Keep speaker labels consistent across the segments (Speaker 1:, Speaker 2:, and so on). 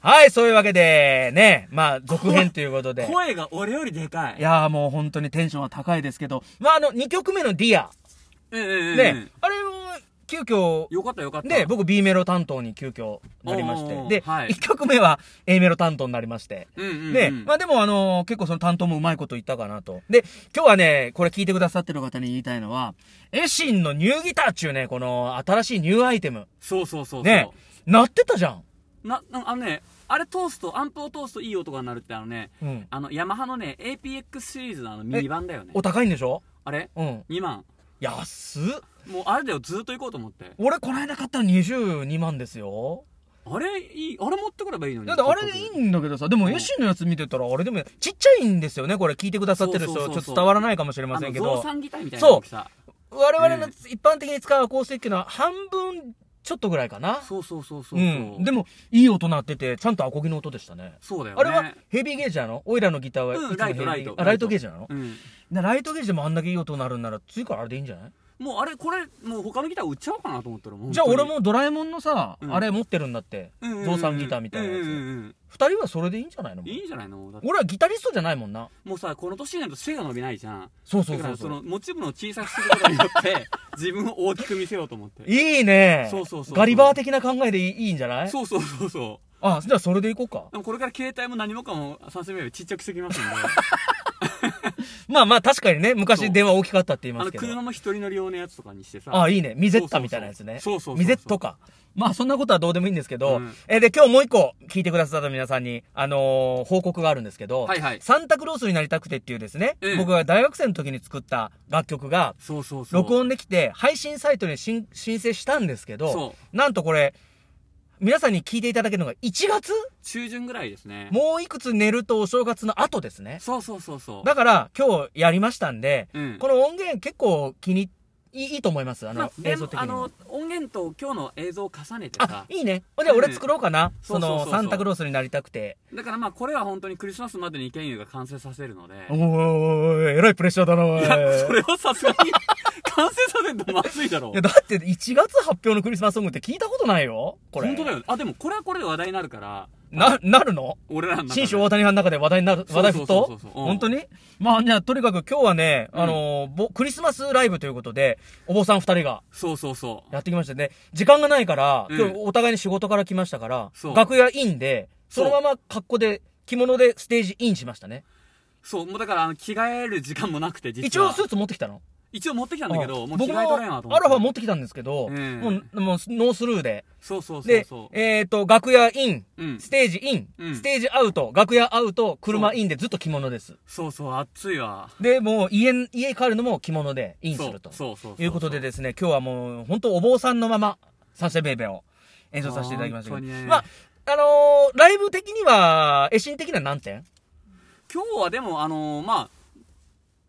Speaker 1: はい、そういうわけで、ね、まあ、続編ということで。
Speaker 2: 声が俺よりでかい。
Speaker 1: いやーもう本当にテンションは高いですけど、まああの、2曲目のディア、
Speaker 2: ええええ
Speaker 1: ね、あれも、急遽
Speaker 2: え、よかったよかった。
Speaker 1: ね、僕 B メロ担当に急遽なりまして
Speaker 2: お、ー
Speaker 1: で、
Speaker 2: はい
Speaker 1: 1曲目は A メロ担当になりまして、
Speaker 2: うんうんうん、
Speaker 1: ね、まあでもあのー結構その担当もうまいこと言ったかなと。で、今日はね、これ聞いてくださってる方に言いたいのは、エシンのニューギターっちゅうね、この新しいニューアイテム。
Speaker 2: そうそうそうそう。
Speaker 1: ね、鳴ってたじゃん。
Speaker 2: な、な、あのね、あれ通すと、アンプを通すといい音が鳴るってあのね、
Speaker 1: うん。
Speaker 2: あの、ヤマハのね、APX シリーズのあのミニ版だよね
Speaker 1: お。高いんでしょ
Speaker 2: あれ
Speaker 1: うん。
Speaker 2: ?2 万。
Speaker 1: 安っ。
Speaker 2: もうあれだよ、ずーっと行こうと思って。
Speaker 1: 俺この間買ったの22万ですよ。
Speaker 2: あれ、いい、あれ持ってくればいいのに。
Speaker 1: だってあれでいいんだけどさ、でも
Speaker 2: うん
Speaker 1: エシンのやつ見てたら、あれでもちっちゃいんですよね、これ聞いてくださってる人、
Speaker 2: そうそう
Speaker 1: ちょ
Speaker 2: そう
Speaker 1: っ
Speaker 2: そ
Speaker 1: と
Speaker 2: う
Speaker 1: 伝わらないかもしれませ
Speaker 2: あ
Speaker 1: ん
Speaker 2: の、
Speaker 1: け
Speaker 2: ゾウ
Speaker 1: ど
Speaker 2: さ、んみたいな大きさ。
Speaker 1: 我々の
Speaker 2: うん
Speaker 1: 一般的に使うアコースティックのは半分ちょっとぐらいかな。
Speaker 2: そうそうそうそう。
Speaker 1: うん。でも、いい音鳴ってて、ちゃんとアコギの音でしたね。
Speaker 2: そうだよ
Speaker 1: あ
Speaker 2: ね。
Speaker 1: れはヘビーゲージなのオイラのギターはいつも
Speaker 2: うんライ
Speaker 1: ヘ
Speaker 2: ト
Speaker 1: ビー
Speaker 2: ライト
Speaker 1: あ、ライトゲージなの
Speaker 2: うん。
Speaker 1: なライトゲージでもあんだけいい音鳴るんなら、次からあれでいいんじゃない
Speaker 2: もうあれ、これ、もう他のギター売っちゃおうかなと思ってるもん。
Speaker 1: じゃあ
Speaker 2: 本当
Speaker 1: 俺
Speaker 2: に、
Speaker 1: もドラえもんのさ、
Speaker 2: うん
Speaker 1: あれ持ってるんだって。
Speaker 2: うんうんうん
Speaker 1: ゾウさんギターみたいなやつ
Speaker 2: うんうんうん
Speaker 1: 二人はそれでいいんじゃないの
Speaker 2: いいんじゃないのだって
Speaker 1: 俺はギタリストじゃないもんな。
Speaker 2: もうさ、この年になると背が伸びないじゃん。
Speaker 1: そうそうそ
Speaker 2: だか
Speaker 1: う
Speaker 2: ら、
Speaker 1: そ。
Speaker 2: そうの、持ち物を小さくすることによって、 自分を大きく見せようと思って。
Speaker 1: いいね
Speaker 2: そうそうそう
Speaker 1: ガリバー的な考えでいいいいんじゃない
Speaker 2: そうそうそうそ
Speaker 1: あ、じゃあそれでいこうか
Speaker 2: う。。でもこれから携帯も何もかも3世目よりちっちゃくしてきますん で、
Speaker 1: まあまあ確かにね、
Speaker 2: そ
Speaker 1: 昔
Speaker 2: う
Speaker 1: 電話大きかったって言いま
Speaker 2: あ
Speaker 1: す
Speaker 2: の、
Speaker 1: けど。
Speaker 2: 車も一人乗り用のやつとかにしてさ。
Speaker 1: あ、いいね。ミゼッタみたいなやつね。
Speaker 2: そうそうそうそうそうそうそう
Speaker 1: ミゼットか。まあそんなことはどうでもいいんですけど、
Speaker 2: うん
Speaker 1: えーで今日もう一個聞いてくださった皆さんに、あのー報告があるんですけど、
Speaker 2: はいはい
Speaker 1: サンタクロースになりたくてっていうですね、
Speaker 2: うん
Speaker 1: 僕が大学生の時に作った楽曲が、
Speaker 2: そうそうそう。
Speaker 1: 録音できて、配信サイトに申申請したんですけど
Speaker 2: そ、
Speaker 1: なんとこれ、皆さんに聞いていただけるのが1月
Speaker 2: 中旬ぐらいですね。
Speaker 1: もういくつ寝るとお正月の後ですね。
Speaker 2: そうそうそうそう。
Speaker 1: だから今日やりましたんで、
Speaker 2: うん
Speaker 1: この音源結構気に、いいいいと思います。あ
Speaker 2: ま
Speaker 1: の
Speaker 2: あ、、
Speaker 1: 映
Speaker 2: で
Speaker 1: 像
Speaker 2: も
Speaker 1: 的
Speaker 2: あ
Speaker 1: にも
Speaker 2: の。、音源と今日の映像を重ねて
Speaker 1: あ
Speaker 2: さ、、
Speaker 1: いいね。ほんで、俺作ろうかな。
Speaker 2: そ
Speaker 1: そう
Speaker 2: そうそうそう
Speaker 1: の、サンタクロースになりたくて。
Speaker 2: だからまあこれは本当にクリスマスまでにケンユが完成させるので、
Speaker 1: おいおいおい、えらいプレッシャーだな、おい。い
Speaker 2: それをさすがに完成させるとまずいだろう
Speaker 1: や、。だって1月発表のクリスマスソングって聞いたことないよこれ。
Speaker 2: 本当だよ。あ、でもこれはこれで話題になるから、
Speaker 1: な、なるの
Speaker 2: 俺らの中で。
Speaker 1: 新州大谷派の中で話題になる、話題沸
Speaker 2: そうそう
Speaker 1: 騰
Speaker 2: そうそううん
Speaker 1: 本当にまあ、じゃあ、とにかく今日はね、
Speaker 2: うん
Speaker 1: あの、ぼクリスマスライブということで、お坊さん二人が
Speaker 2: そうそうそう。
Speaker 1: やってきましたね。時間がないから、
Speaker 2: うん
Speaker 1: 今日お互いに仕事から来ましたから、
Speaker 2: そう
Speaker 1: 楽屋インで、そ
Speaker 2: そう
Speaker 1: のまま格好で、着物でステージインしましたね。
Speaker 2: そう、もうだから、あの、着替える時間もなくて、実は。
Speaker 1: 一応スーツ持ってきたの
Speaker 2: 一応持ってきたんだけど、
Speaker 1: あ
Speaker 2: もう着替えとれんわと
Speaker 1: 僕も
Speaker 2: 思っ
Speaker 1: ア
Speaker 2: て。
Speaker 1: ロハ持ってきたんですけど、
Speaker 2: うん
Speaker 1: もう、もうノースルーで。
Speaker 2: そうそうそう
Speaker 1: で、
Speaker 2: そう。
Speaker 1: えっ、ー、と、楽屋イン、
Speaker 2: うん
Speaker 1: ステージイン、
Speaker 2: うん
Speaker 1: ステージアウト、楽屋アウト、車インでずっと着物です。
Speaker 2: そうそう、暑いわ。
Speaker 1: で、もう家、家帰るのも着物でインすると。
Speaker 2: そうそうそうそう
Speaker 1: いうことでですね、今日はもう、本当お坊さんのまま、サンシャベイベーを演奏させていただきましたけど。
Speaker 2: 本当にね
Speaker 1: まあ、あのーライブ的には、絵心的には何点
Speaker 2: 今日はでも、あのーまあ、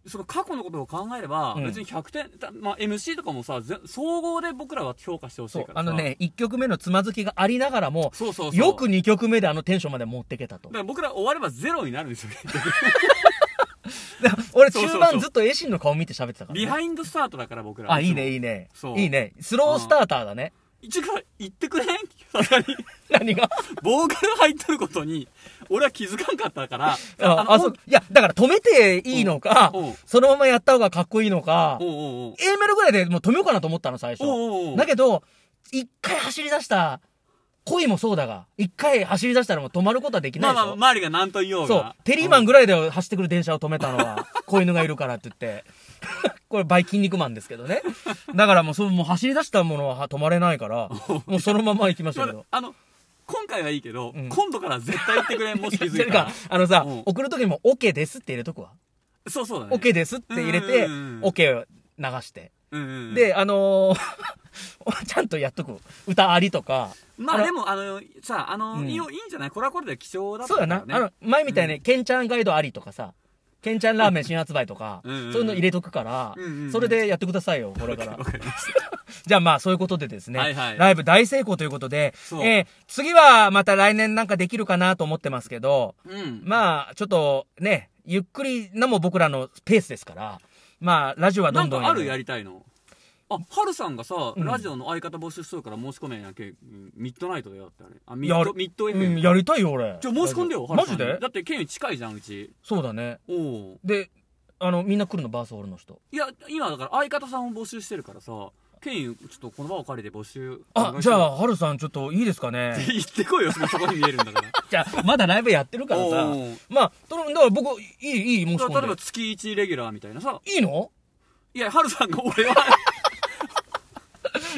Speaker 2: その過去のことを考えれば、
Speaker 1: うん
Speaker 2: 別に100点、たまあ、MC とかもさ、ぜ総合で僕らは評価してほし
Speaker 1: そ
Speaker 2: いうか。ら
Speaker 1: あ
Speaker 2: さ
Speaker 1: の、ね、1曲目のつまずきがありながらも、
Speaker 2: そうそうそう。
Speaker 1: よく2曲目であのテンションまで持ってけたと
Speaker 2: だ。から僕ら終わればゼロになるん ですよ。
Speaker 1: だから俺
Speaker 2: そうそうそ
Speaker 1: 中
Speaker 2: う
Speaker 1: 盤ずっとエシンの顔見て喋ってたから、
Speaker 2: ビ
Speaker 1: ね。
Speaker 2: ハインドスタートだから僕ら。
Speaker 1: あ、いいね、い
Speaker 2: い。
Speaker 1: いね
Speaker 2: そ。う
Speaker 1: いいね。スロースターターだね。
Speaker 2: 一応言ってくれん さすがに。
Speaker 1: 何が
Speaker 2: ボーカル入っとることに、俺は気づかんかったから。
Speaker 1: あ
Speaker 2: の
Speaker 1: あ、そう。いや、だから止めていいのか
Speaker 2: うんうん、
Speaker 1: そのままやった方がかっこいいのか
Speaker 2: お、うおうおう
Speaker 1: A メロぐらいでもう止めようかなと思ったの、最初
Speaker 2: おうおうお。う
Speaker 1: だけど、一回走り出した、恋もそうだが、一回走り出したらもう止まることはできない
Speaker 2: まあ
Speaker 1: で
Speaker 2: ま
Speaker 1: し
Speaker 2: あ、
Speaker 1: ょ。
Speaker 2: 周りが何と言おうが。
Speaker 1: そう。テリーマンぐらいで走ってくる電車を止めたの は、子犬がいるからって言って。これ、バイキン肉マンですけどね。だからもう、そう、もう走り出したものは止まれないから、もうそのまま行きましたけ
Speaker 2: ま
Speaker 1: ど
Speaker 2: あ。あの、今回はいいけど、
Speaker 1: うん
Speaker 2: 今度から絶対言ってくれん、もし気
Speaker 1: そ
Speaker 2: づ
Speaker 1: れ
Speaker 2: いた。
Speaker 1: からあのさ、
Speaker 2: うん
Speaker 1: 送るときも、OK ですって入れとくわ。
Speaker 2: そうそうだね。
Speaker 1: OK ですって入れて、
Speaker 2: うんうんうん
Speaker 1: OK を流して。
Speaker 2: うんうんうん、
Speaker 1: で、あのー ちゃんとやっとく。歌ありとか。
Speaker 2: ま
Speaker 1: の
Speaker 2: あでも、あの、さ、あの、
Speaker 1: うん
Speaker 2: いいよいいんじゃないこれはこれで貴重だった
Speaker 1: そう
Speaker 2: か
Speaker 1: だ
Speaker 2: ら、ね
Speaker 1: な。。あの、前みたいに、ケンちゃんガイドありとかさ、ケンちゃんラーメン新発売とか、
Speaker 2: うんうんうん
Speaker 1: そういうの入れとくから、
Speaker 2: うんうんうん
Speaker 1: それでやってくださ いよ、これから
Speaker 2: わ。かりました
Speaker 1: じゃあまあ、そういうことでですね、
Speaker 2: はいはい
Speaker 1: ライブ大成功ということで、え
Speaker 2: そう
Speaker 1: ー次はまた来年なんかできるかなと思ってますけど、
Speaker 2: うん。
Speaker 1: まあ、ちょっとね、ゆっくりなも僕らのペースですから、まあ、ラジオはど
Speaker 2: なんん
Speaker 1: どん
Speaker 2: かあるやりたいの。あ、ハルさんがさ、
Speaker 1: うん
Speaker 2: ラジオの相方募集しとるから申し込めんやんけ。うんミッドナイトだよってあれ。あ、ミ
Speaker 1: や
Speaker 2: ッド、
Speaker 1: る
Speaker 2: ミッド
Speaker 1: う
Speaker 2: FM。
Speaker 1: ん、やりたいよ、俺。
Speaker 2: じゃあ申し込んでよ、ハル
Speaker 1: マ
Speaker 2: さん
Speaker 1: ジ
Speaker 2: に。
Speaker 1: で
Speaker 2: だって県内近いじゃん、うち。
Speaker 1: そうだね。
Speaker 2: おお。
Speaker 1: で、あの、みんな来るの、バースホールの人。
Speaker 2: いや、今だから相方さんを募集してるからさ、県有、ちょっとこの場を借りて募集。
Speaker 1: あ、じゃ
Speaker 2: あ。
Speaker 1: あ、はるさん、ちょっといいですか
Speaker 2: って
Speaker 1: ね。
Speaker 2: 言ってこいよ、そのそこに見えるんだから。
Speaker 1: じゃあ、ま だライブやってるからさ
Speaker 2: お。ー
Speaker 1: まあ、とろだから僕、いい、いい、申し
Speaker 2: だから例え
Speaker 1: 込ん
Speaker 2: ば
Speaker 1: で。
Speaker 2: 月1レギュラーみたいなさ。
Speaker 1: いいの
Speaker 2: いや、ハルさ んが俺は、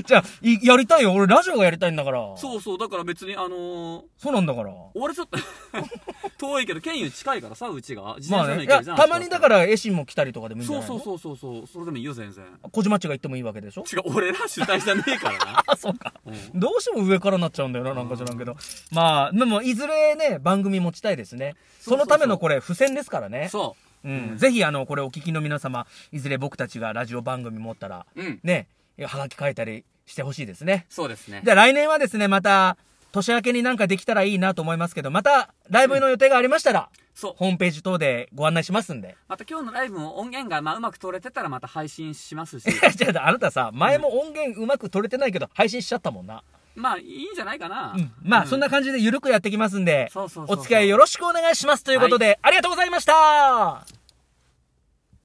Speaker 1: じゃあ、いやりたいよ。俺、ラジオがやりたいんだから。う。
Speaker 2: そうそう、だから別にあのー、
Speaker 1: そうなんだから。
Speaker 2: 俺ちょっと 遠いけど県有近いからさうちが自
Speaker 1: ま
Speaker 2: 転
Speaker 1: あね。
Speaker 2: 車の勢
Speaker 1: い
Speaker 2: い
Speaker 1: や、
Speaker 2: じゃん
Speaker 1: たまにだから、エシンも来たりとかでもいいんじゃ
Speaker 2: そう
Speaker 1: ない
Speaker 2: そう
Speaker 1: う
Speaker 2: そうそうそうそれでもいいよ全然
Speaker 1: そう。小島っちが行ってもいいわけでしょ
Speaker 2: 違う俺ら主体じゃねえからな
Speaker 1: あ、 そうか。
Speaker 2: うん
Speaker 1: どうしても上からなっちゃうんだよな、なんかじゃらんけど。まあ、でも、いずれね、番組持ちたいですね。
Speaker 2: そ
Speaker 1: そう
Speaker 2: うそそう
Speaker 1: のためのこれ、付箋ですからね。
Speaker 2: そううん
Speaker 1: ん。ぜひ、あの、これお聞きの皆様、いずれ僕たちがラジオ番組持ったら、
Speaker 2: うん
Speaker 1: ね、はがき書いたりしてほしいですね。
Speaker 2: そうですね
Speaker 1: じゃあ来年はですね、また、年明けになんかできたらいいなと思いますけど、また、ライブの予定がありましたら、
Speaker 2: そう
Speaker 1: ホームページ等でご案内しますんで。
Speaker 2: また今日のライブも音源がまあうまく取れてたらまた配信しますし
Speaker 1: じゃあ、あなたさ、前も音源うまく取れてないけど、配信しちゃったもんな。
Speaker 2: まあいいんじゃないかな
Speaker 1: うん。まあ、そんな感じでゆるくやってきますんで
Speaker 2: そうそう、そう
Speaker 1: お
Speaker 2: そう
Speaker 1: 付き合いよろしくお願いしますということで、ありがとうございました